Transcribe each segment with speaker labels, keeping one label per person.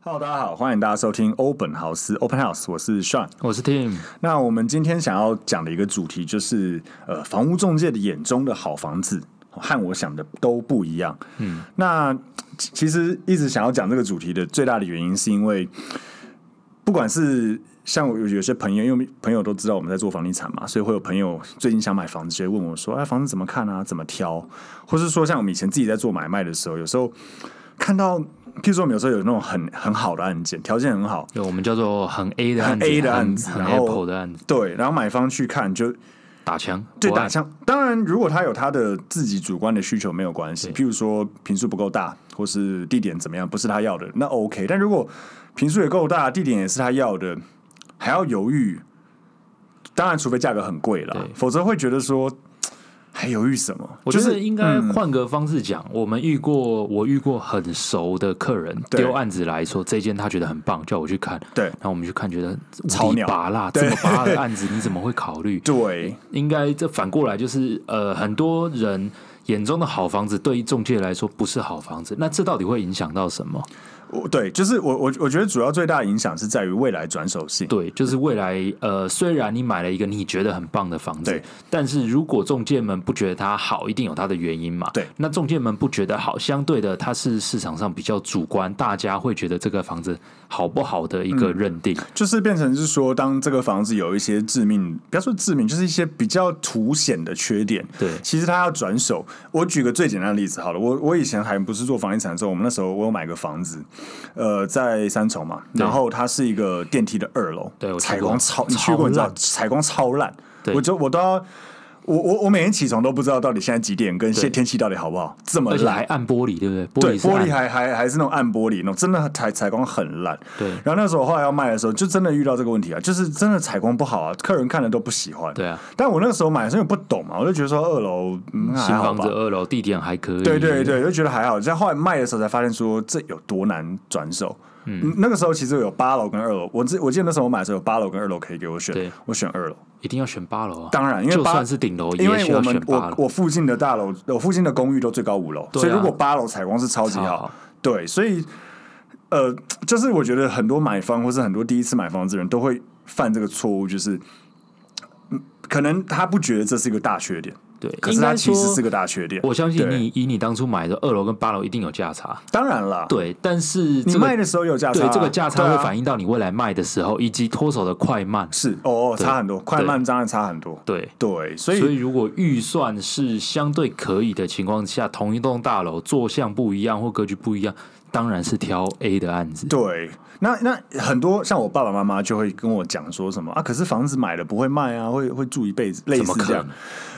Speaker 1: Hello，大家好，欢迎大家收听欧本豪斯 Open House，我是 Sean。
Speaker 2: 我是 Tim，
Speaker 1: 那我们今天想要讲的一个主题就是，呃，房屋中介的眼中的好房子和我想的都不一样。嗯，那其其实一直想要讲这个主题的最大的原因，是因为不管是像我有有些朋友，因为朋友都知道我们在做房地产嘛，所以会有朋友最近想买房子，就会问我说：“哎，房子怎么看啊？怎么挑？”或是说，像我们以前自己在做买卖的时候，有时候看到，譬如说，我们有时候有那种很很好的案件，条件很好，
Speaker 2: 对，我们叫做很 A 的案
Speaker 1: 很
Speaker 2: 子，
Speaker 1: A 的案子，
Speaker 2: 很
Speaker 1: 然
Speaker 2: 很
Speaker 1: 后
Speaker 2: Apple 的案子，
Speaker 1: 对，然后买方去看就
Speaker 2: 打枪，
Speaker 1: 对
Speaker 2: 国
Speaker 1: 打
Speaker 2: 案，
Speaker 1: 枪。当然，如果他有他的自己主观的需求没有关系，譬如说平数不够大，或是地点怎么样不是他要的，那 OK。但如果平数也够大，地点也是他要的，还要犹豫，当然除非价格很贵了
Speaker 2: 对，
Speaker 1: 否则会觉得说嘖还犹豫什么？
Speaker 2: 我觉
Speaker 1: 就是嗯
Speaker 2: 得应该换个方式讲，我们遇过我遇过很熟的客人
Speaker 1: 对
Speaker 2: 丢案子来说，这间他觉得很棒，叫我去看，
Speaker 1: 对
Speaker 2: 然后我们去看，觉得
Speaker 1: 草
Speaker 2: 无敌
Speaker 1: 鸟
Speaker 2: 拔辣，
Speaker 1: 对
Speaker 2: 这么拔辣的案子你怎么会考 虑？
Speaker 1: 对
Speaker 2: 应该这反过来就是，呃，很多人眼中的好房子，对于中介来说不是好房子，那这到底会影响到什么？
Speaker 1: 我对，就是我我我觉得主要最大的影响是在于未来转手性。
Speaker 2: 对，就是未来，呃，虽然你买了一个你觉得很棒的房子
Speaker 1: 对，
Speaker 2: 但是如果中介们不觉得它好，一定有它的原因嘛。
Speaker 1: 对
Speaker 2: 那中介们不觉得好，相对的，它是市场上比较主观，大家会觉得这个房子好不好的一个
Speaker 1: 嗯
Speaker 2: 认定。
Speaker 1: 就是变成是说，当这个房子有一些致命，不要说致命，就是一些比较凸显的缺点。
Speaker 2: 对
Speaker 1: 其实他要转手。我举个最简单的例子好了，我我以前还不是做房地产的时候，我们那时候我有买个房子，呃，在三重嘛，然后它是一个电梯的二楼，
Speaker 2: 对我去
Speaker 1: 采
Speaker 2: 过
Speaker 1: 光超，你
Speaker 2: 超
Speaker 1: 去过你知道
Speaker 2: 烂，
Speaker 1: 采光超烂，
Speaker 2: 对
Speaker 1: 我就我都要。我我我每天起床都不知道到底现在几点，跟现在
Speaker 2: 对
Speaker 1: 天气到底好不好，这么
Speaker 2: 而且
Speaker 1: 烂
Speaker 2: 还，按玻璃，对不对？玻
Speaker 1: 对，
Speaker 2: 璃是
Speaker 1: 玻
Speaker 2: 按
Speaker 1: 璃还还还是那种暗玻璃，那种真的采采光很烂。
Speaker 2: 对
Speaker 1: 然后那时候我后来要卖的时候，就真的遇到这个问题啊，就是真的采光不好啊，客人看了都不喜欢。
Speaker 2: 对啊，
Speaker 1: 但我那时候买的时候也不懂啊嘛，我就觉得说二楼、嗯、那
Speaker 2: 新
Speaker 1: 还好
Speaker 2: 房
Speaker 1: 吧
Speaker 2: 子。嗯二楼地点还可以。
Speaker 1: 对对对，就觉得还好。在后来卖的时候才发现说这有多难转手。嗯，那个时候其实有八楼跟二楼，我记我记得那时候我买的时候有八楼跟二楼可以给我选
Speaker 2: 对，
Speaker 1: 我选二楼。
Speaker 2: 一定要选八楼啊！
Speaker 1: 当然因为
Speaker 2: 就
Speaker 1: 八
Speaker 2: 算是顶楼，
Speaker 1: 因
Speaker 2: 也
Speaker 1: 为
Speaker 2: 需
Speaker 1: 我
Speaker 2: 要
Speaker 1: 们
Speaker 2: 选八
Speaker 1: 我
Speaker 2: 楼。
Speaker 1: 我附近的大楼，我附近的公寓都最高五楼，
Speaker 2: 对啊
Speaker 1: 所以如果八楼采光是超级
Speaker 2: 超
Speaker 1: 好
Speaker 2: 好，
Speaker 1: 对，所以呃，就是我觉得很多买方或是很多第一次买房子的人都会犯这个错误，就是。嗯可能他不觉得这是一个大缺点，
Speaker 2: 对，
Speaker 1: 可是
Speaker 2: 应
Speaker 1: 他
Speaker 2: 该
Speaker 1: 其实
Speaker 2: 说
Speaker 1: 是个大缺点。
Speaker 2: 我相信
Speaker 1: 对
Speaker 2: 你，以你当初买的二楼跟八楼一定有价差。
Speaker 1: 当然啦，
Speaker 2: 对，但是
Speaker 1: 你
Speaker 2: 这个
Speaker 1: 卖的时候有价差啊，
Speaker 2: 对这个价差
Speaker 1: 对啊
Speaker 2: 会反映到你未来卖的时候，以及脱手的快慢。
Speaker 1: 是哦，哦
Speaker 2: 对
Speaker 1: 差很多，快
Speaker 2: 对
Speaker 1: 慢当然差很多。
Speaker 2: 对，
Speaker 1: 对，所以
Speaker 2: 所以如果预算是相对可以的情况下，同一栋大楼坐向不一样或格局不一样，当然是挑 A 的案子。
Speaker 1: 对，那那很多像我爸爸妈妈就会跟我讲说什么啊，可是房子买了不会卖啊，会会住一辈子，类
Speaker 2: 怎
Speaker 1: 似
Speaker 2: 么可
Speaker 1: 这样
Speaker 2: 能。？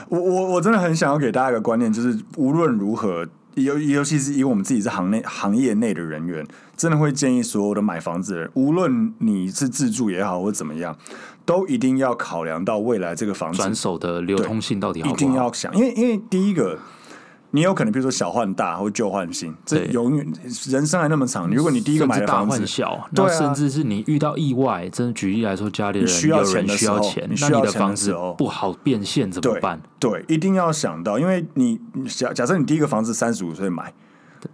Speaker 1: 我我我真的很想要给大家一个观念，就是无论如何，尤尤其是以我们自己是行内行业内的人员，真的会建议所有的买房子的人，无论你是自住也好或怎么样，都一定要考量到未来这个房子
Speaker 2: 转手的流通性到底好
Speaker 1: 一
Speaker 2: 不好？
Speaker 1: 定要想，因为因为第一个，你有可能比如说小换大或旧换新，这
Speaker 2: 对
Speaker 1: 永远人生还那么长，如果你第一个买
Speaker 2: 甚
Speaker 1: 的
Speaker 2: 至大
Speaker 1: 房
Speaker 2: 换
Speaker 1: 子。
Speaker 2: 小，
Speaker 1: 对啊
Speaker 2: 那甚至是你遇到意外，真的举例来说，家里人
Speaker 1: 你需要
Speaker 2: 有
Speaker 1: 钱
Speaker 2: 人
Speaker 1: 的
Speaker 2: 需
Speaker 1: 时候
Speaker 2: 要钱
Speaker 1: 你，需
Speaker 2: 那
Speaker 1: 要钱
Speaker 2: 你的
Speaker 1: 的
Speaker 2: 房
Speaker 1: 时
Speaker 2: 子
Speaker 1: 候
Speaker 2: 不好变现怎么
Speaker 1: 对
Speaker 2: 办？
Speaker 1: 对，一定要想到，因为你假假设你第一个房子三十五岁买，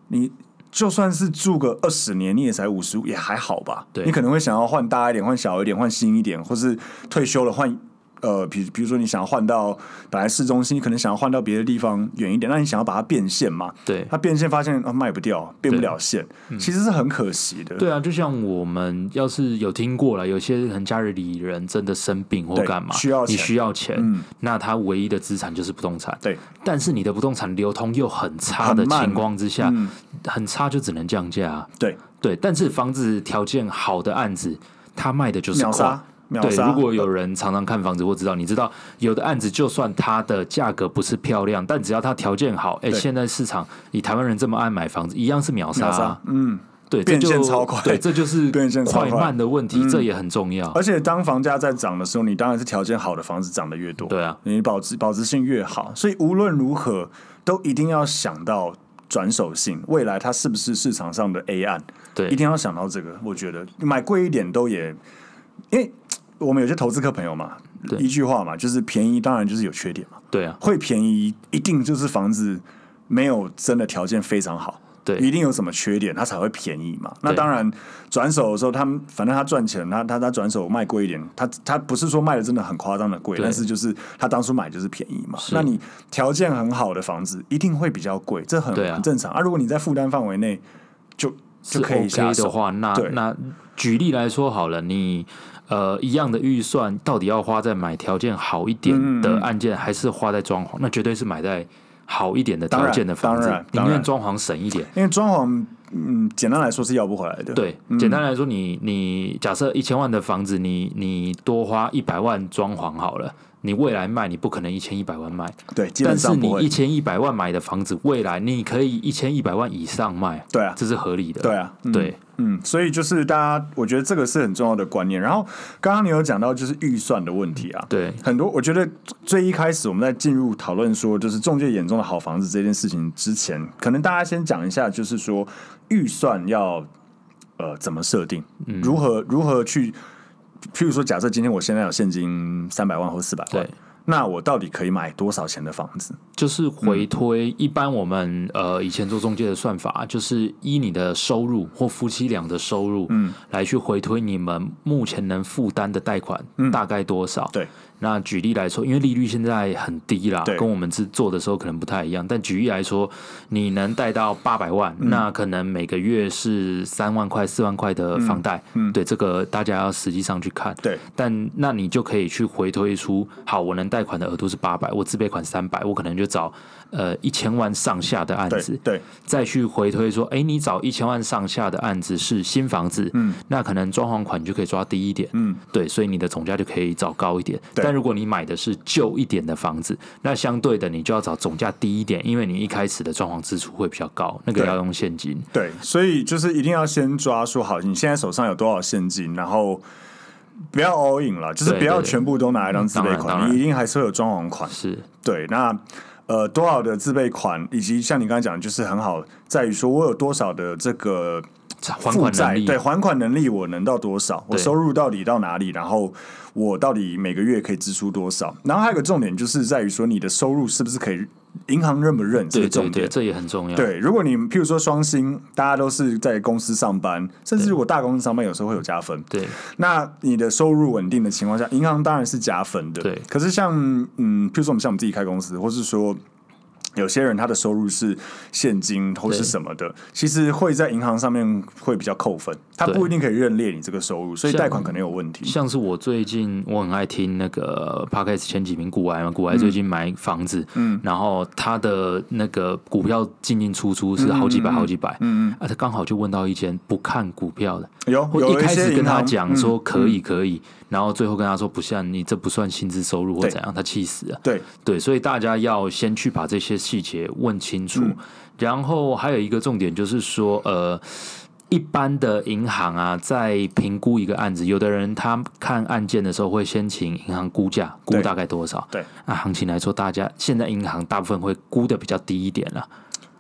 Speaker 1: 你就算是住个二十年，你也才五十五，也还好吧？
Speaker 2: 对
Speaker 1: 你可能会想要换大一点，换小一点，换新一点，或是退休了换。呃，比比如说你想要换到本来市中心，你可能想要换到别的地方远一点，那你想要把它变现嘛？
Speaker 2: 对
Speaker 1: 它变现发现、啊、卖不掉，变不
Speaker 2: 对嗯
Speaker 1: 了现，其实是很可惜的。
Speaker 2: 对啊，就像我们要是有听过了，有些人家里人真的生病或
Speaker 1: 对
Speaker 2: 干嘛，
Speaker 1: 需要
Speaker 2: 你
Speaker 1: 钱
Speaker 2: 需要钱，
Speaker 1: 嗯
Speaker 2: 那他唯一的资产就是不动产。
Speaker 1: 对
Speaker 2: 但是你的不动产流通又很差的
Speaker 1: 很慢
Speaker 2: 情况之下，
Speaker 1: 嗯
Speaker 2: 很差就只能降价啊、
Speaker 1: 对，
Speaker 2: 对，但是房子条件好的案子，他卖的就是
Speaker 1: 秒
Speaker 2: 快
Speaker 1: 杀。秒
Speaker 2: 对，
Speaker 1: 杀。
Speaker 2: 如果有人常常看房子或知道，你知道有的案子，就算它的价格不是漂亮，但只要它条件好，哎、
Speaker 1: 对
Speaker 2: 现在市场以台湾人这么爱买房子，一样是秒杀、
Speaker 1: 秒
Speaker 2: 啊。
Speaker 1: 杀，嗯。
Speaker 2: 对，
Speaker 1: 变
Speaker 2: 这
Speaker 1: 现
Speaker 2: 就
Speaker 1: 超快
Speaker 2: 对，这就是
Speaker 1: 变现超快嗯
Speaker 2: 快慢的问题，这也很重要。
Speaker 1: 而且当房价在涨的时候，你当然是条件好的房子涨得越多，
Speaker 2: 对啊，
Speaker 1: 你保值保值性越好，所以无论如何都一定要想到转手性，未来它是不是市场上的 A 案，
Speaker 2: 对
Speaker 1: 一定要想到这个。我觉得买贵一点都也，因为我们有些投资客朋友嘛，
Speaker 2: 对
Speaker 1: 一句话嘛，就是便宜当然就是有缺点嘛，
Speaker 2: 对啊，
Speaker 1: 会便宜一定就是房子没有真的条件非常好，
Speaker 2: 对
Speaker 1: 一定有什么缺点，它才会便宜嘛。那
Speaker 2: 对
Speaker 1: 当然，转手的时候，他们反正他赚钱，他他他转手卖贵一点，他他不是说卖的真的很夸张的贵，
Speaker 2: 对
Speaker 1: 但是就是他当初买就是便宜嘛。
Speaker 2: 是
Speaker 1: 那你条件很好的房子一定会比较贵，这很
Speaker 2: 对啊
Speaker 1: 很正常。啊，如果你在负担范围内，就
Speaker 2: 是
Speaker 1: 就可以
Speaker 2: OK
Speaker 1: 下手
Speaker 2: 的话，那
Speaker 1: 对
Speaker 2: 那举例来说好了，你呃一样的预算，到底要花在买条件好一点
Speaker 1: 嗯嗯
Speaker 2: 的
Speaker 1: 嗯
Speaker 2: 案件，还是花在装潢？那绝对是买在好一点的
Speaker 1: 当然
Speaker 2: 条件的房
Speaker 1: 当
Speaker 2: 子
Speaker 1: 然，
Speaker 2: 宁
Speaker 1: 当
Speaker 2: 愿
Speaker 1: 然
Speaker 2: 装潢省一点。
Speaker 1: 因为装潢，嗯，简单来说是要不回来的。
Speaker 2: 对，简单来说，你你假设一千万的房子，你你多花一百万装潢好了，你未来卖你不可能一千一百万卖，
Speaker 1: 对，基本
Speaker 2: 但是
Speaker 1: 上
Speaker 2: 你
Speaker 1: 不会
Speaker 2: 一。千一百万买的房子，未来你可以一千一百万以上卖，
Speaker 1: 对啊，
Speaker 2: 这是合理的。
Speaker 1: 对啊，嗯
Speaker 2: 对，
Speaker 1: 嗯，所以就是大家，我觉得这个是很重要的观念。然后刚刚你有讲到就是预算的问题啊，
Speaker 2: 对
Speaker 1: 很多我觉得最一开始我们在进入讨论说就是中介眼中的好房子这件事情之前，可能大家先讲一下，就是说预算要呃怎么设定，
Speaker 2: 嗯
Speaker 1: 如何如何去，譬如说假设今天我现在有现金三百万或四百万
Speaker 2: 对，
Speaker 1: 那我到底可以买多少钱的房子？
Speaker 2: 就是回推，一般我们呃以前做中介的算法，就是依你的收入或夫妻俩的收入，嗯，来去回推你们目前能负担的贷款大概多少。
Speaker 1: 对，
Speaker 2: 那举例来说，因为利率现在很低啦
Speaker 1: 对，
Speaker 2: 跟我们制做的时候可能不太一样。但举例来说，你能贷到八百万，那可能每个月是三万块、四万块的房贷。嗯，对，这个大家要实际上去看。
Speaker 1: 对，
Speaker 2: 但那你就可以去回推出，好，我能贷款的额度是八百，我自备款三百，我可能就找呃一千万上下的案
Speaker 1: 对
Speaker 2: 子，
Speaker 1: 对
Speaker 2: 再去回推说，哎，你找一千万上下的案子是新房子，嗯，那可能装潢款你就可以抓低一点，嗯，对，所以你的总价就可以找高一点。
Speaker 1: 对
Speaker 2: 但如果你买的是旧一点的房子，那相对的你就要找总价低一点，因为你一开始的装潢支出会比较高，那个
Speaker 1: 对
Speaker 2: 要用现金。
Speaker 1: 对，所以就是一定要先抓说好，你现在手上有多少现金，然后不要 all in 了，就是
Speaker 2: 对
Speaker 1: 不要
Speaker 2: 对对
Speaker 1: 全部都拿来当自备
Speaker 2: 嗯当然当
Speaker 1: 款，
Speaker 2: 然
Speaker 1: 你一定还是会有装潢款。
Speaker 2: 是
Speaker 1: 对，那呃多少的自备款，以及像你刚才讲，就是很好在于说我有多少的这个
Speaker 2: 还
Speaker 1: 负
Speaker 2: 款
Speaker 1: 债，
Speaker 2: 能力
Speaker 1: 对还款能力我能到多少，我
Speaker 2: 对
Speaker 1: 收入到底到哪里，然后我到底每个月可以支出多少，然后还有个重点就是在于说你的收入是不是可以银行认不认这
Speaker 2: 对
Speaker 1: 个
Speaker 2: 对
Speaker 1: 重
Speaker 2: 对，
Speaker 1: 点。
Speaker 2: 这也很重要。
Speaker 1: 对，如果你譬如说双薪，大家都是在公司上班，甚至如果大公司上班，有时候会有加分。
Speaker 2: 对
Speaker 1: 那你的收入稳定的情况下，银行当然是加分的。
Speaker 2: 对
Speaker 1: 可是像嗯，譬如说我们像我们自己开公司，或是说。有些人他的收入是现金或是
Speaker 2: 对
Speaker 1: 什么的，其实会在银行上面会比较扣分，他
Speaker 2: 对
Speaker 1: 不一定可以认列你这个收入，所以
Speaker 2: 像
Speaker 1: 贷款可能有问题。
Speaker 2: 像是我最近我很爱听那个 podcast 前几名古埃嘛，古埃最近买房子，嗯，然后他的那个股票进进出出是好几百好几百，嗯嗯，啊，他刚好就问到一间不看股票的，
Speaker 1: 有
Speaker 2: 我一
Speaker 1: 有一
Speaker 2: 开
Speaker 1: 些
Speaker 2: 始跟
Speaker 1: 银
Speaker 2: 他
Speaker 1: 行
Speaker 2: 讲说
Speaker 1: 嗯
Speaker 2: 可以可以，然后最后跟他说不像你这不算薪资收入或
Speaker 1: 对
Speaker 2: 怎样，他气死了。
Speaker 1: 嗯对
Speaker 2: 对，所以大家要先去把这些细节问清楚。
Speaker 1: 嗯
Speaker 2: 然后还有一个重点就是说，呃，一般的银行啊，在评估一个案子，有的人他看案件的时候会先请银行估价，估
Speaker 1: 对
Speaker 2: 大概多少。
Speaker 1: 对，
Speaker 2: 那行情来说，大家现在银行大部分会估的比较低一点了。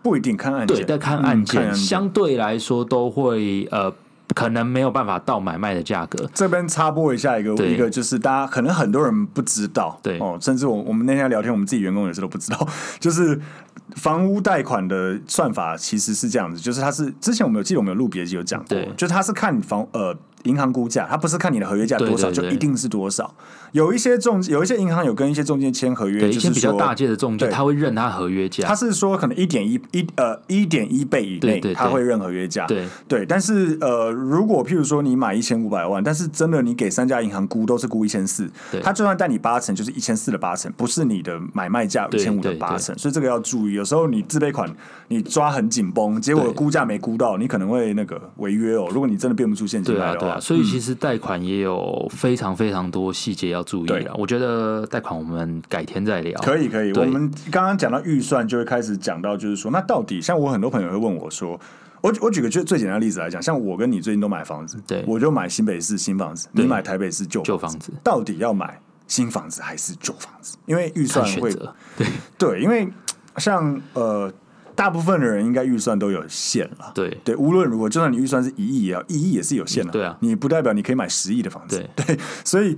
Speaker 1: 不一定看案件，
Speaker 2: 对，但看
Speaker 1: 嗯
Speaker 2: 案件、
Speaker 1: 看
Speaker 2: 相对来说都会呃，可能没有办法到买卖的价格。
Speaker 1: 这边插播一下一个
Speaker 2: 对
Speaker 1: 一个，就是大家可能很多人不知道，
Speaker 2: 对
Speaker 1: 哦，甚至我我们那天聊天，我们自己员工有时都不知道， 就是房屋贷款的算法其实是这样子，就是它是之前我们有记得我们有录别集有讲过
Speaker 2: 对，
Speaker 1: 就是它是看房呃。银行估价，它不是看你的合约价
Speaker 2: 对
Speaker 1: 多少
Speaker 2: 对
Speaker 1: 就
Speaker 2: 对
Speaker 1: 一定是多少。有一些中，有一些银行有跟一些中介签合约，
Speaker 2: 对，一
Speaker 1: 就
Speaker 2: 些
Speaker 1: 是
Speaker 2: 比较
Speaker 1: 说
Speaker 2: 大件的中介，
Speaker 1: 对
Speaker 2: 他会认他合约价
Speaker 1: 他。是说可能一点一一呃一点一倍以内
Speaker 2: 对，对
Speaker 1: 他会认合约价。
Speaker 2: 对
Speaker 1: 对，但是呃，如果譬如说你买一千五百万，但是真的你给三家银行估都是估一千四
Speaker 2: 对，
Speaker 1: 他就算贷你八成，就是一千四的八成，不是你的买卖价一
Speaker 2: 对
Speaker 1: 千五的
Speaker 2: 对
Speaker 1: 八成，所以这个要注意。有时候你自备款你抓很紧绷，结果
Speaker 2: 对
Speaker 1: 估价没估到，你可能会那个违约哦。如果你真的变不出现金
Speaker 2: 对
Speaker 1: 来
Speaker 2: 啊，
Speaker 1: 的
Speaker 2: 对
Speaker 1: 话
Speaker 2: 啊，，所以其实贷款也有非常非常多细节要注意啊
Speaker 1: 对
Speaker 2: 了。我觉得贷款我们改天再聊。
Speaker 1: 可以可以，
Speaker 2: 对
Speaker 1: 我们刚刚讲到预算，就会开始讲到，就是说，那到底像我很多朋友会问我说，我我举个最最简单的例子来讲，像我跟你最近都买房子，
Speaker 2: 对
Speaker 1: 我就买新北市新房子，
Speaker 2: 对
Speaker 1: 你买台北市旧
Speaker 2: 旧
Speaker 1: 房
Speaker 2: 房子
Speaker 1: 到底要买新房子还是旧房子？因为预
Speaker 2: 看
Speaker 1: 算
Speaker 2: 选
Speaker 1: 会
Speaker 2: 择，
Speaker 1: 对，因为像呃，大部分的人应该预算都有限了，
Speaker 2: 对
Speaker 1: 对，无论如何，就算你预算是一亿也好，一亿也是有限的、
Speaker 2: 对啊
Speaker 1: 你不代表你可以买十亿的房子。
Speaker 2: 对
Speaker 1: 所以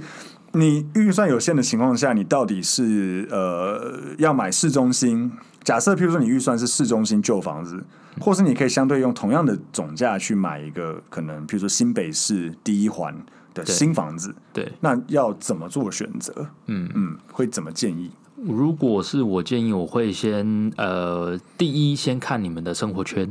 Speaker 1: 你预算有限的情况下，你到底是呃要买市中心，假设譬如说你预算是市中心旧房子，
Speaker 2: 嗯
Speaker 1: 或是你可以相对用同样的总价去买一个可能，譬如说新北市第一环的新房子，
Speaker 2: 对，
Speaker 1: 那要怎么做选择？嗯嗯，会怎么建议？
Speaker 2: 如果是我建议，我会先呃，第一先看你们的生活圈。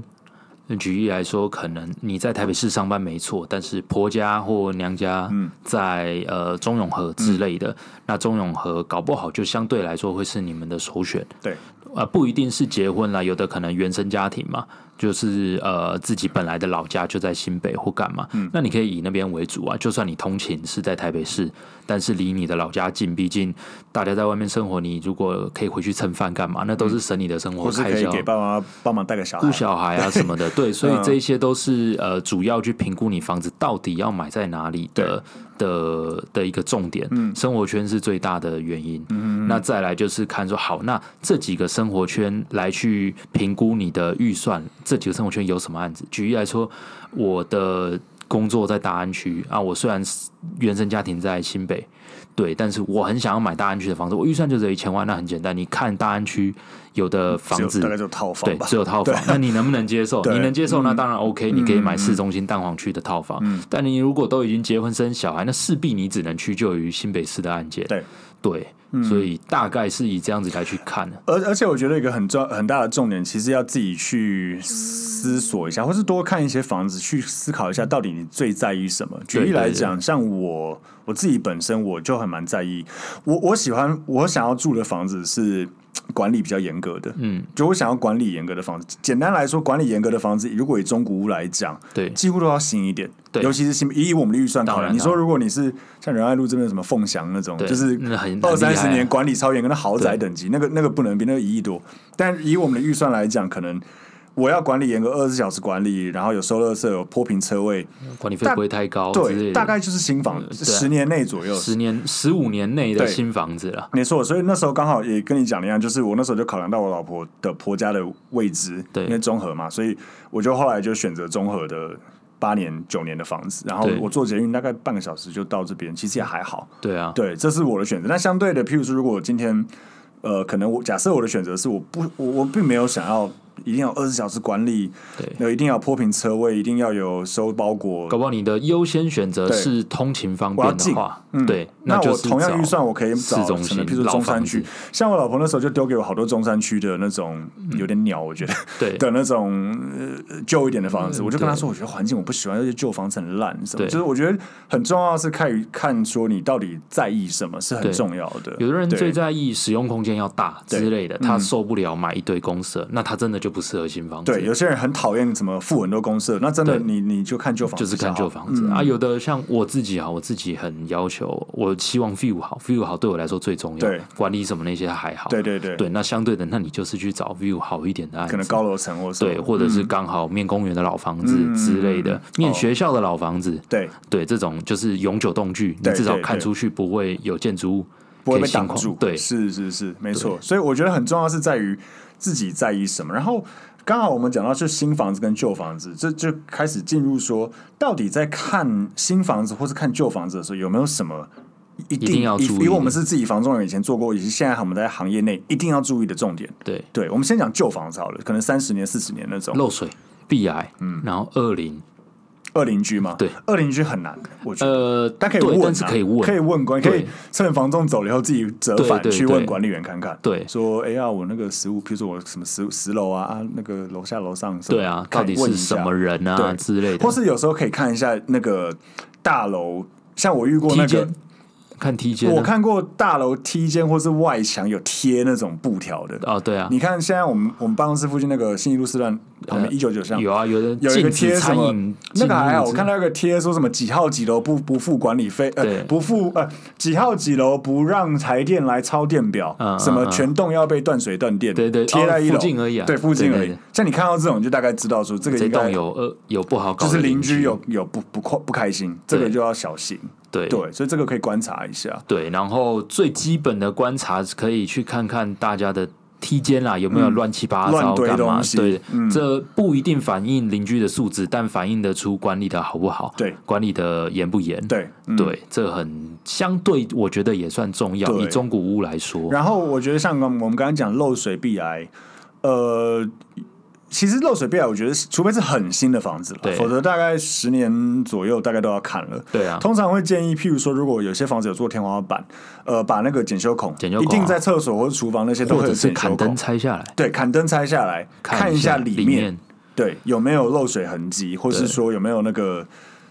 Speaker 2: 举例来说，可能你在台北市上班没错，但是婆家或娘家
Speaker 1: 嗯
Speaker 2: 在、呃中永和之类的，那中永和搞不好就相对来说会是你们的首选。
Speaker 1: 对，
Speaker 2: 呃，不一定是结婚啦，有的可能原生家庭嘛，就是呃自己本来的老家就在新北或干嘛，
Speaker 1: 嗯
Speaker 2: 那你可以以那边为主啊。就算你通勤是在台北市，但是离你的老家近，毕竟大家在外面生活，你如果可以回去蹭饭干嘛，那都是省你的生
Speaker 1: 嗯
Speaker 2: 活
Speaker 1: 或是
Speaker 2: 开
Speaker 1: 可以
Speaker 2: 销。
Speaker 1: 给爸妈帮忙带个小孩
Speaker 2: 哦顾。小孩啊什 么的，对，所以这一些都是呃主要去评估你房子到底要买在哪里的的的一个重点。
Speaker 1: 嗯
Speaker 2: 生活圈是最大的原因。那再来就是看说，好，那这几个生活圈来去评估你的预算，这几个生活圈有什么案子？举例来说，我的工作在大安区啊，我虽然是原生家庭在新北，对，但是我很想要买大安区的房子，我预算就只有一千万，那很简单，你看大安区有的房子
Speaker 1: 只有大概就套
Speaker 2: 对
Speaker 1: 房，吧
Speaker 2: 只，有套房。那你能不能接 受？
Speaker 1: 对嗯
Speaker 2: 你能接受，那当然 OK，、你可以买市中心蛋黄区的套房。但你如果都已经结婚生小孩，那势必你只能屈就于新北市的案件。
Speaker 1: 对嗯
Speaker 2: 对所以大概是以这样子来去看的。
Speaker 1: 而而且我觉得一个很重很大的重点，其实要自己去思索一下，或是多看一些房子，去思考一下到底你最在意什么。举例
Speaker 2: 对对
Speaker 1: 来讲，像我我自己本身我就很蛮在意，我我喜欢我想要住的房子是。管理比较严格的，嗯，就我想要管理严格的房子。简单来说，管理严格的房子，如果以中古屋来讲，
Speaker 2: 对
Speaker 1: 几乎都要新一点，
Speaker 2: 对
Speaker 1: 尤其是新以我们的预算考
Speaker 2: 当
Speaker 1: 量。
Speaker 2: 然
Speaker 1: 你说
Speaker 2: 当然
Speaker 1: 如果你是像仁爱路这边有什么凤翔那种，
Speaker 2: 对
Speaker 1: 就是
Speaker 2: 那很
Speaker 1: 二三
Speaker 2: 很厉害
Speaker 1: 十
Speaker 2: 啊
Speaker 1: 年管理超严格的豪宅等级，那个那个不能比那个一亿多。但以我们的预算来讲，可能我要管理严格二十四小时管理，然后有收垃圾，有坡平车位，
Speaker 2: 管理费不会太高哦之类
Speaker 1: 对，
Speaker 2: 的。
Speaker 1: 大概就是新房
Speaker 2: 对啊
Speaker 1: 十年内左右。
Speaker 2: 十年、十五年内的
Speaker 1: 对
Speaker 2: 新房子了。
Speaker 1: 没错，所以那时候刚好也跟你讲的一样，就是我那时候就考量到我老婆的婆家的位置，
Speaker 2: 对
Speaker 1: 因为中和嘛，所以我就后来就选择中和的八年九年的房子，然后
Speaker 2: 对
Speaker 1: 我坐捷运大概半个小时就到这边，其实也还好。
Speaker 2: 对啊，
Speaker 1: 对，这是我的选择。那相对的，譬如说，如果我今天呃，可能我假设我的选择是我不我我并没有想要一定要二十小时管理，呃
Speaker 2: 对。
Speaker 1: 有一定要铺平车位，一定要有收包裹
Speaker 2: 搞。不好你的优先选择
Speaker 1: 对
Speaker 2: 是通勤方便的话，对，
Speaker 1: 嗯那
Speaker 2: 就
Speaker 1: 我
Speaker 2: 是
Speaker 1: 同样
Speaker 2: 找
Speaker 1: 预算，我可以
Speaker 2: 市
Speaker 1: 找
Speaker 2: 中
Speaker 1: 可
Speaker 2: 心
Speaker 1: 能譬如说
Speaker 2: 老
Speaker 1: 中
Speaker 2: 房
Speaker 1: 山
Speaker 2: 子
Speaker 1: 区，，像我老婆那时候就丢给我好多中山区的那种有点鸟，我觉得
Speaker 2: 嗯对，
Speaker 1: 的那种呃旧一点的房子，
Speaker 2: 嗯
Speaker 1: 我就跟他
Speaker 2: 对
Speaker 1: 说，我觉得环境我不喜欢，而且旧房子很烂，什么，
Speaker 2: 对
Speaker 1: 就是我觉得很重要的是看于看说你到底在意什么是很
Speaker 2: 对
Speaker 1: 重要的。
Speaker 2: 有的人
Speaker 1: 对
Speaker 2: 最在意使用空间要大之类的，
Speaker 1: 对
Speaker 2: 他
Speaker 1: 嗯
Speaker 2: 受不了买一堆公社，那他真的就不适合新房子。
Speaker 1: 对，有些人很讨厌什么付很多公社，那真的
Speaker 2: 对
Speaker 1: 你你就看旧房
Speaker 2: 就
Speaker 1: 子
Speaker 2: 是
Speaker 1: 比较
Speaker 2: 看
Speaker 1: 好，嗯
Speaker 2: 旧房子、啊，有的像我自己啊，我自己很要求，我希望 view 好，view 好对我来说最重要
Speaker 1: 对。
Speaker 2: 管理什么那些还好，
Speaker 1: 对对对，
Speaker 2: 对，那相对的，那你就是去找 view 好一点的案子，
Speaker 1: 可能高楼层或什么
Speaker 2: 对，或者是刚好面公园的老房子
Speaker 1: 嗯
Speaker 2: 之类的，面
Speaker 1: 哦
Speaker 2: 学校的老房子，
Speaker 1: 对，
Speaker 2: 对，这种就是永久动距，你
Speaker 1: 对
Speaker 2: 至少
Speaker 1: 对
Speaker 2: 看
Speaker 1: 对
Speaker 2: 出去不会有建筑物
Speaker 1: 不会
Speaker 2: 可
Speaker 1: 被
Speaker 2: 以相
Speaker 1: 挡
Speaker 2: 控
Speaker 1: 住。
Speaker 2: 对，
Speaker 1: 是是是，没错。所以我觉得很重要是在于自己在意什么。然后刚好我们讲到是新房子跟旧房子，这就开始进入说，到底在看新房子或是看旧房子的时候，有没有什么？一定
Speaker 2: 定要
Speaker 1: 以
Speaker 2: 注意
Speaker 1: 以我
Speaker 2: 的
Speaker 1: 们是自己房仲人以前做过，以及现在我们在行业内一定要注意的重点。
Speaker 2: 对，
Speaker 1: 对，我们先讲旧房子好了，可能三十年、四十年那种
Speaker 2: 漏水、壁癌，嗯，然后恶灵，
Speaker 1: 二邻居嘛。
Speaker 2: 对，
Speaker 1: 二邻居很难，我觉得。
Speaker 2: 呃，
Speaker 1: 但可以
Speaker 2: 对
Speaker 1: 问、啊，
Speaker 2: 但是可以问，
Speaker 1: 可以问管，
Speaker 2: 对
Speaker 1: 可以趁房东走了以后自己折返
Speaker 2: 对对
Speaker 1: 去问
Speaker 2: 对
Speaker 1: 管理员看看，
Speaker 2: 对
Speaker 1: 说哎呀、我那个十五，譬如说我什么十十楼啊啊，那个楼下楼上什么，
Speaker 2: 对啊，
Speaker 1: 看
Speaker 2: 到底
Speaker 1: 问一
Speaker 2: 是
Speaker 1: 下
Speaker 2: 什么人啊
Speaker 1: 对
Speaker 2: 之类的，
Speaker 1: 或是有时候可以看一下那个大楼，像我遇过那
Speaker 2: 梯
Speaker 1: 个
Speaker 2: 间，看梯间啊，
Speaker 1: 我看过大楼梯间或是外墙有贴那种布条的。
Speaker 2: 哦，对啊，
Speaker 1: 你看，现在我们我们办公室附近那个信义路四段旁边一九九巷
Speaker 2: 有啊，有的
Speaker 1: 有一个
Speaker 2: 禁
Speaker 1: 贴什
Speaker 2: 止餐
Speaker 1: 么
Speaker 2: 饮，，
Speaker 1: 那个还好，
Speaker 2: 禁止
Speaker 1: 我看到一个贴说什么几号几楼不不付管理费，
Speaker 2: 对
Speaker 1: 呃，不付呃几号几楼不让台电来抄电表
Speaker 2: 嗯，
Speaker 1: 什么
Speaker 2: 嗯嗯
Speaker 1: 全栋要被断水断电，
Speaker 2: 对对
Speaker 1: 贴
Speaker 2: 哦
Speaker 1: 在一楼
Speaker 2: 附近而已啊
Speaker 1: 对，附近
Speaker 2: 对对
Speaker 1: 而已
Speaker 2: 对。
Speaker 1: 像你看到这种，你就大概知道说这个
Speaker 2: 这
Speaker 1: 应该
Speaker 2: 栋有呃有不好搞
Speaker 1: 就
Speaker 2: 的，
Speaker 1: 是邻居有有不不快不开心，这个就要小心，
Speaker 2: 对
Speaker 1: 对，所以这个可以观察一下，
Speaker 2: 对，然后最基本的观察可以去看看大家的。梯间啦，有没有乱七八
Speaker 1: 嗯乱
Speaker 2: 糟
Speaker 1: 堆
Speaker 2: 干嘛
Speaker 1: 东？西
Speaker 2: 对
Speaker 1: 嗯，
Speaker 2: 这不一定反映邻居的素质，但反映得出管理的好不好，
Speaker 1: 对
Speaker 2: 管理的严不严，
Speaker 1: 对嗯
Speaker 2: 对，这很相对，我觉得也算重要。
Speaker 1: 对
Speaker 2: 以中古屋来说，
Speaker 1: 然后我觉得像我们我们刚刚讲漏水、壁癌，呃，其实漏水必然，我觉得除非是很新的房子了
Speaker 2: 对，
Speaker 1: 否则大概十年左右大概都要砍了。
Speaker 2: 对啊，
Speaker 1: 通常会建议，譬如说，如果有些房子有做天花板，呃，把那个检修孔，
Speaker 2: 检修孔
Speaker 1: 一
Speaker 2: 啊
Speaker 1: 定在厕所或者厨房那些都
Speaker 2: 或
Speaker 1: 会有
Speaker 2: 者是
Speaker 1: 检
Speaker 2: 砍
Speaker 1: 修
Speaker 2: 灯
Speaker 1: 孔，
Speaker 2: 拆下来，
Speaker 1: 对，砍灯拆下来，看
Speaker 2: 一
Speaker 1: 下
Speaker 2: 里
Speaker 1: 面，对，有没有漏水痕迹，或
Speaker 2: 对
Speaker 1: 是说有没有那个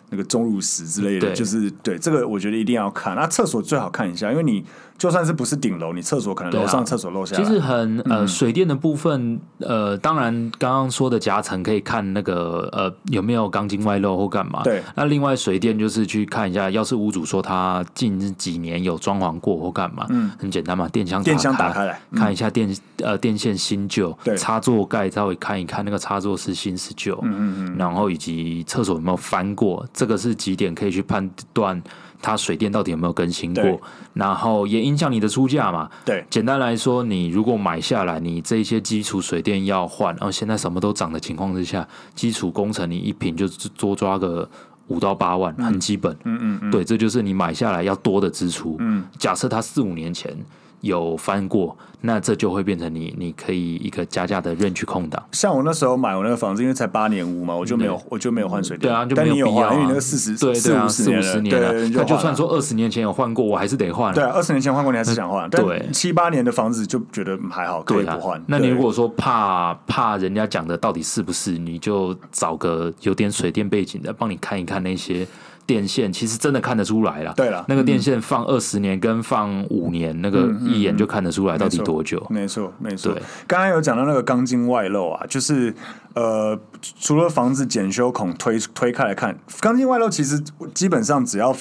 Speaker 1: 那个钟乳石之类的，
Speaker 2: 对
Speaker 1: 就是对这个，我觉得一定要看。那厕所最好看一下，因为你就算是不是顶楼，你厕所可能
Speaker 2: 对啊
Speaker 1: 楼上厕所漏下来，
Speaker 2: 其实很呃，水电的部分，呃，当然刚刚说的夹层可以看那个呃有没有钢筋外露或干嘛。
Speaker 1: 对
Speaker 2: 那另外水电就是去看一下，要是屋主说他近几年有装潢过或干嘛，嗯，很简单嘛，电箱
Speaker 1: 电箱
Speaker 2: 打嗯
Speaker 1: 打开来
Speaker 2: 看啊一下电呃电线新旧，
Speaker 1: 对
Speaker 2: 插座盖稍微看一看那个插座是新是旧，嗯嗯嗯，然后以及厕所有没有翻过，这个是几点可以去判断它水电到底有没有更新过
Speaker 1: 对，
Speaker 2: 然后也影响你的出价嘛，
Speaker 1: 对
Speaker 2: 简单来说，你如果买下来，你这一些基础水电要换，然后现在什么都涨的情况之下，基础工程你一平就多抓个五到八万，很基本。嗯嗯嗯，对，这就是你买下来要多的支出。嗯，假设它四五年前有翻过，那这就会变成你你可以一个加价的任去空档。
Speaker 1: 像我那时候买我那个房子，因为才八年屋嘛，我就没有我就没有换水电，
Speaker 2: 对啊，就
Speaker 1: 但
Speaker 2: 没
Speaker 1: 你有
Speaker 2: 必要、啊。
Speaker 1: 换，因为你那个四十
Speaker 2: 对
Speaker 1: 四
Speaker 2: 对啊，
Speaker 1: 五
Speaker 2: 四
Speaker 1: 十
Speaker 2: 五
Speaker 1: 了，
Speaker 2: 十年
Speaker 1: 对，
Speaker 2: 了，
Speaker 1: 你
Speaker 2: 那就
Speaker 1: 换
Speaker 2: 算
Speaker 1: 了
Speaker 2: 说二十年前有换过，我还是得换啊。
Speaker 1: 对，二十年前换过，你还是想换，
Speaker 2: 对
Speaker 1: 但七八年的房子就觉得还好，可以
Speaker 2: 对
Speaker 1: 不
Speaker 2: 啊
Speaker 1: 换。
Speaker 2: 那你
Speaker 1: 对
Speaker 2: 如果说怕怕人家讲的到底是不是，你就找个有点水电背景的，帮你看一看那些电线，其实真的看得出来啦。
Speaker 1: 对啦嗯
Speaker 2: 那个电线放二十年跟放五年，那个一眼就看得出来到底
Speaker 1: 没错
Speaker 2: 多久。
Speaker 1: 没错，没错
Speaker 2: 对。
Speaker 1: 刚刚有讲到那个钢筋外露啊，就是呃，除了房子检修孔推推开来看，钢筋外露其实基本上只要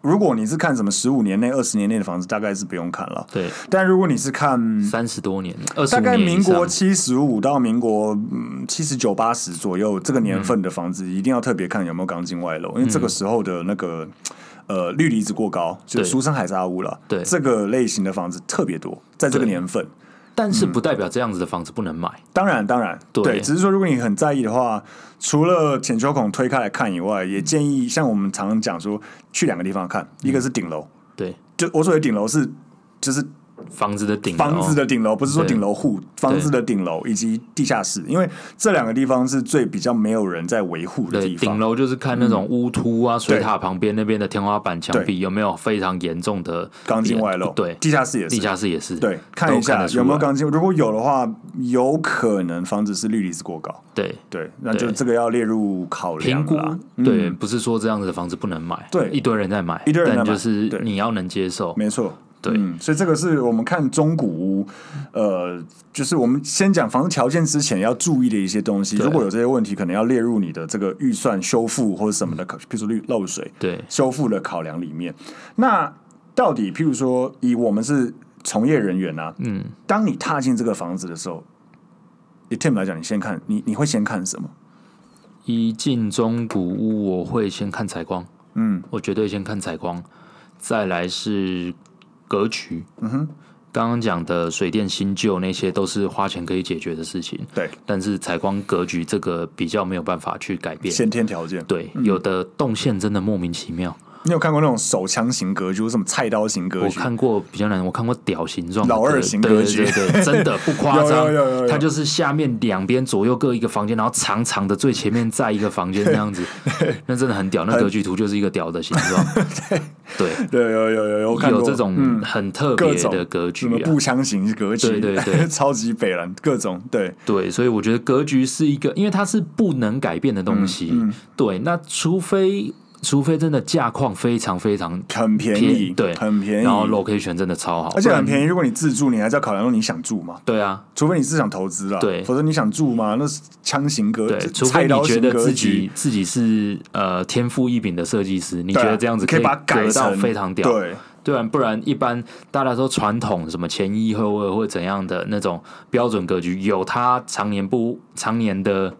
Speaker 1: 如果你是看什么十五年内、二十年内的房子，大概是不用看了。
Speaker 2: 对，
Speaker 1: 但如果你是看
Speaker 2: 三十多年，二十
Speaker 1: 大概
Speaker 2: 年以
Speaker 1: 民
Speaker 2: 上
Speaker 1: 国七十五到民国嗯七十九八十左右这个年份的房子，
Speaker 2: 嗯
Speaker 1: 一定要特别看有没有钢筋外露，因为这个时候的那个呃氯离子过高，就
Speaker 2: 对
Speaker 1: 俗称海沙屋了。
Speaker 2: 对
Speaker 1: 这个类型的房子特别多，在这个
Speaker 2: 对
Speaker 1: 年份。
Speaker 2: 但是
Speaker 1: 嗯
Speaker 2: 不代表这样子的房子不能买。
Speaker 1: 当然，当然，
Speaker 2: 对
Speaker 1: 只是说如果你很在意的话，除了浅秋孔推开来看以外，
Speaker 2: 嗯
Speaker 1: 也建议像我们常常讲说，去两个地方看，一个是顶楼，
Speaker 2: 对，
Speaker 1: 就我所谓顶楼是就是
Speaker 2: 房子的顶楼
Speaker 1: 房子的顶楼，不是说
Speaker 2: 对
Speaker 1: 顶楼户，房子的顶楼以及地下室，因为这两个地方是最比较没有人在维护的
Speaker 2: 对
Speaker 1: 地
Speaker 2: 顶
Speaker 1: 方。
Speaker 2: 楼就是看那种
Speaker 1: 嗯
Speaker 2: 屋突啊、水塔旁边那边的天花板、墙壁有没有非常严重的
Speaker 1: 钢筋
Speaker 2: 点
Speaker 1: 外露，
Speaker 2: 对，
Speaker 1: 地下室也
Speaker 2: 地
Speaker 1: 是。
Speaker 2: 下室也是，
Speaker 1: 对，看
Speaker 2: 都
Speaker 1: 一下
Speaker 2: 得出
Speaker 1: 有没有
Speaker 2: 来
Speaker 1: 钢筋，如果有的话，有可能房子是氯离子过高。
Speaker 2: 对
Speaker 1: 对，那就
Speaker 2: 对
Speaker 1: 这个要列入考量
Speaker 2: 评估
Speaker 1: 啦。，嗯
Speaker 2: 对，不是说这样子的房子不能买，
Speaker 1: 对
Speaker 2: 一堆人在买，
Speaker 1: 一堆人在
Speaker 2: 但
Speaker 1: 买
Speaker 2: 就是
Speaker 1: 对
Speaker 2: 你要能接受，
Speaker 1: 没错，
Speaker 2: 对
Speaker 1: 嗯，所以这个是我们看中古屋，呃，就是我们先讲房子条件之前要注意的一些东西。
Speaker 2: 对
Speaker 1: 如果有这些问题，可能要列入你的这个预算修复或者什么的，
Speaker 2: 嗯
Speaker 1: 比如说漏漏水
Speaker 2: 对
Speaker 1: 修复的考量里面。那到底，譬如说，以我们是从业人员啊，嗯，当你踏进这个房子的时候，以 Tim 来讲，你先看，你你会先看什么？
Speaker 2: 一进中古屋，我会先看采光，
Speaker 1: 嗯，
Speaker 2: 我绝对先看采光，再来是格局，嗯哼，刚刚讲的水电新旧那些都是花钱可以解决的事情，
Speaker 1: 对，
Speaker 2: 但是采光格局这个比较没有办法去改变。
Speaker 1: 先天条件。
Speaker 2: 对，有的动线真的莫名其妙。
Speaker 1: 你有看过那种手枪型格局，或什么菜刀型格
Speaker 2: 我
Speaker 1: 局？
Speaker 2: 看过比较难，我看过屌形状的
Speaker 1: 老二型格局
Speaker 2: 对对对对，真的不夸张
Speaker 1: 有有有有，有
Speaker 2: 它就是下面两边左右各一个房间，然后长长的最前面在一个房间 这样子，那真的很屌，那格局图就是一个屌的形状，对，
Speaker 1: 对，有有有有，我看
Speaker 2: 有
Speaker 1: 过嗯
Speaker 2: 这种很特
Speaker 1: 各
Speaker 2: 别
Speaker 1: 种
Speaker 2: 的格
Speaker 1: 什
Speaker 2: 局
Speaker 1: 么
Speaker 2: 啊，
Speaker 1: 步枪型格局，
Speaker 2: 对对 对
Speaker 1: 超级北蓝，各种对
Speaker 2: 对，所以我觉得格局是一个，因为它是不能改变的东
Speaker 1: 嗯
Speaker 2: 西，对，那除非除非真的价况非常非常
Speaker 1: 很便宜，
Speaker 2: 便对
Speaker 1: 很便宜，
Speaker 2: 然后 location 真的超好，
Speaker 1: 而且很
Speaker 2: 宜，
Speaker 1: 便宜。如果你自住，你还是要考量说你想住嘛，
Speaker 2: 对啊，
Speaker 1: 除非你是想投资啦，
Speaker 2: 对
Speaker 1: 否则你想住嘛，那是枪型格，
Speaker 2: 对
Speaker 1: 这，
Speaker 2: 除非
Speaker 1: 菜
Speaker 2: 你
Speaker 1: 刀
Speaker 2: 觉
Speaker 1: 型
Speaker 2: 得
Speaker 1: 格
Speaker 2: 自
Speaker 1: 局，啊
Speaker 2: 己自己是呃天赋异禀的设计师，你觉
Speaker 1: 对啊
Speaker 2: 得这样子
Speaker 1: 你可以把它改
Speaker 2: 得到
Speaker 1: 成
Speaker 2: 非常屌，
Speaker 1: 对
Speaker 2: 对啊，不然一般大家说传统什么前一后卫或怎样的那种标准格局，有它常年不常年的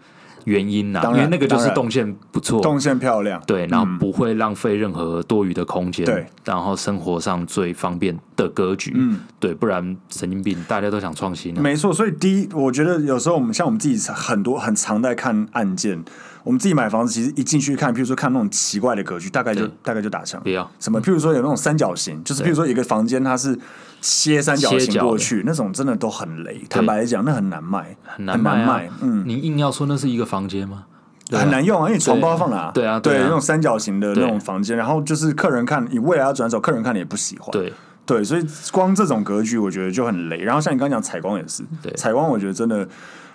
Speaker 2: 原因呐、
Speaker 1: 当
Speaker 2: 因
Speaker 1: 然
Speaker 2: 为那个就
Speaker 1: 当
Speaker 2: 是
Speaker 1: 然
Speaker 2: 动线不错，
Speaker 1: 动线漂亮，
Speaker 2: 对，然后不会浪费任何多余的空间，
Speaker 1: 对，
Speaker 2: 然后生活上最方便的格局，嗯，对，不然神经病，大家都想创新、啊，
Speaker 1: 没错，所以第一，我觉得有时候我们像我们自己很多很常在看案件，我们自己买房子，其实一进去看，譬如说看那种奇怪的格局，大概就
Speaker 2: 对
Speaker 1: 大概就打枪
Speaker 2: 不。要
Speaker 1: 什么？譬如说有那种三角形，就是譬如说一个房间它是切三角
Speaker 2: 切角
Speaker 1: 形
Speaker 2: 的
Speaker 1: 过去，那种真的都很雷。坦白来讲，那很难卖，很
Speaker 2: 很难卖、啊、
Speaker 1: 卖，嗯，
Speaker 2: 你硬要说那是一个房间吗？对啊
Speaker 1: 很难用啊，因为你床包放哪、
Speaker 2: 对啊对啊
Speaker 1: 那种三角形的
Speaker 2: 对
Speaker 1: 那种房间，然后就是客人看你未来要转手，客人看你也不喜欢，
Speaker 2: 对，
Speaker 1: 对，所以光这种格局我觉得就很雷。然后像你刚刚讲采光也是
Speaker 2: 对，
Speaker 1: 采光我觉得真的，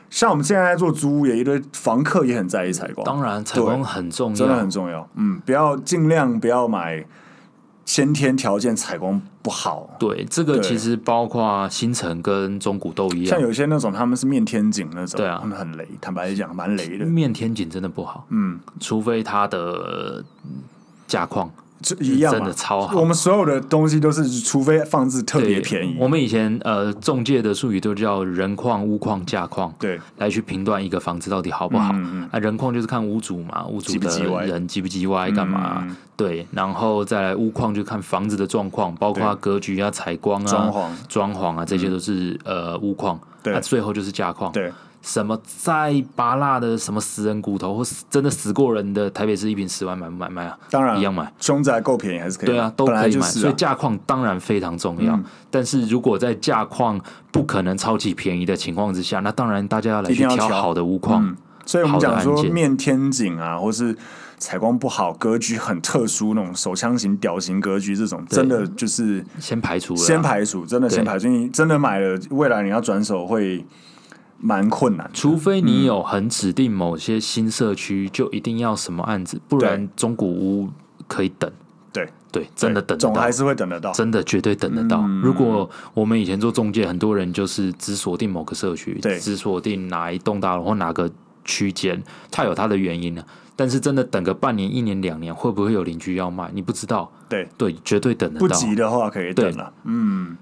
Speaker 1: 像我们现在在做租屋，也一堆房客也很在意采光，
Speaker 2: 当然采光很重
Speaker 1: 真的
Speaker 2: 要
Speaker 1: 很，重要。嗯，不要尽量不要买先天条件采光不好，
Speaker 2: 对，这个
Speaker 1: 对
Speaker 2: 其实包括新城跟中古都一
Speaker 1: 像
Speaker 2: 样，
Speaker 1: 有一些那种他们是面天井那种，
Speaker 2: 对啊嗯
Speaker 1: 他们很雷，坦白讲蛮雷的。
Speaker 2: 面天井真的不好，
Speaker 1: 嗯，
Speaker 2: 除非它的嗯价况
Speaker 1: 这一样嘛啊
Speaker 2: 真的超好
Speaker 1: 我们所有的东西都是，除非放置特别
Speaker 2: 对
Speaker 1: 便宜
Speaker 2: 我，们以前呃中介的术语都叫人况、屋况、价况，
Speaker 1: 对
Speaker 2: 来去评断一个房子到底好不好。
Speaker 1: 嗯
Speaker 2: 啊，人况就是看屋主嘛，屋主
Speaker 1: 急不急
Speaker 2: 的
Speaker 1: 歪
Speaker 2: 人急不急歪，干嘛、
Speaker 1: 嗯
Speaker 2: 对，然后再来屋况就看房子的状况，包括
Speaker 1: 对
Speaker 2: 格局啊、采光啊、
Speaker 1: 装潢
Speaker 2: 装潢啊，这些都是、呃屋况。
Speaker 1: 对
Speaker 2: 啊最后就是价况。
Speaker 1: 对，
Speaker 2: 什么再拔辣的什么死人骨头，或死真的死过人的，台北市一瓶十万买不买卖啊？
Speaker 1: 当然
Speaker 2: 一样买。
Speaker 1: 凶宅够便宜还是可以，
Speaker 2: 对啊，都
Speaker 1: 本
Speaker 2: 可
Speaker 1: 来
Speaker 2: 以
Speaker 1: 就
Speaker 2: 买，
Speaker 1: 是啊嗯
Speaker 2: 所以价况当然非常重要。但是如果在价况不可能超级便宜的情况之下，那当然大家要来
Speaker 1: 一
Speaker 2: 去
Speaker 1: 定要
Speaker 2: 挑
Speaker 1: 挑
Speaker 2: 好的屋况。
Speaker 1: 嗯所以我们讲
Speaker 2: 好的
Speaker 1: 说
Speaker 2: 案件
Speaker 1: 面天井啊，或是采光不好、格局很特殊那种手枪型、屌型格局这种，真的就是
Speaker 2: 先排除了啊，
Speaker 1: 先排除，真的
Speaker 2: 对
Speaker 1: 先排除。你真的买了，未来你要转手会蛮困难的。
Speaker 2: 除非你
Speaker 1: 嗯
Speaker 2: 有很指定某些新社区，就一定要什么案子，不然中古屋可以等。
Speaker 1: 对，
Speaker 2: 对，真的等得
Speaker 1: 总
Speaker 2: 到
Speaker 1: 还，是会等得到。
Speaker 2: 真的绝对等得到。
Speaker 1: 嗯
Speaker 2: 如果我们以前做中介，很多人就是只锁定某个社区，
Speaker 1: 对
Speaker 2: 只锁定哪一栋大楼或哪个区间，它有它的原因呢、啊但是真的等个半年、一年、两年，会不会有邻居要卖？你不知道，
Speaker 1: 对，
Speaker 2: 对，绝对等得
Speaker 1: 不
Speaker 2: 到。
Speaker 1: 急的话可以等了。嗯，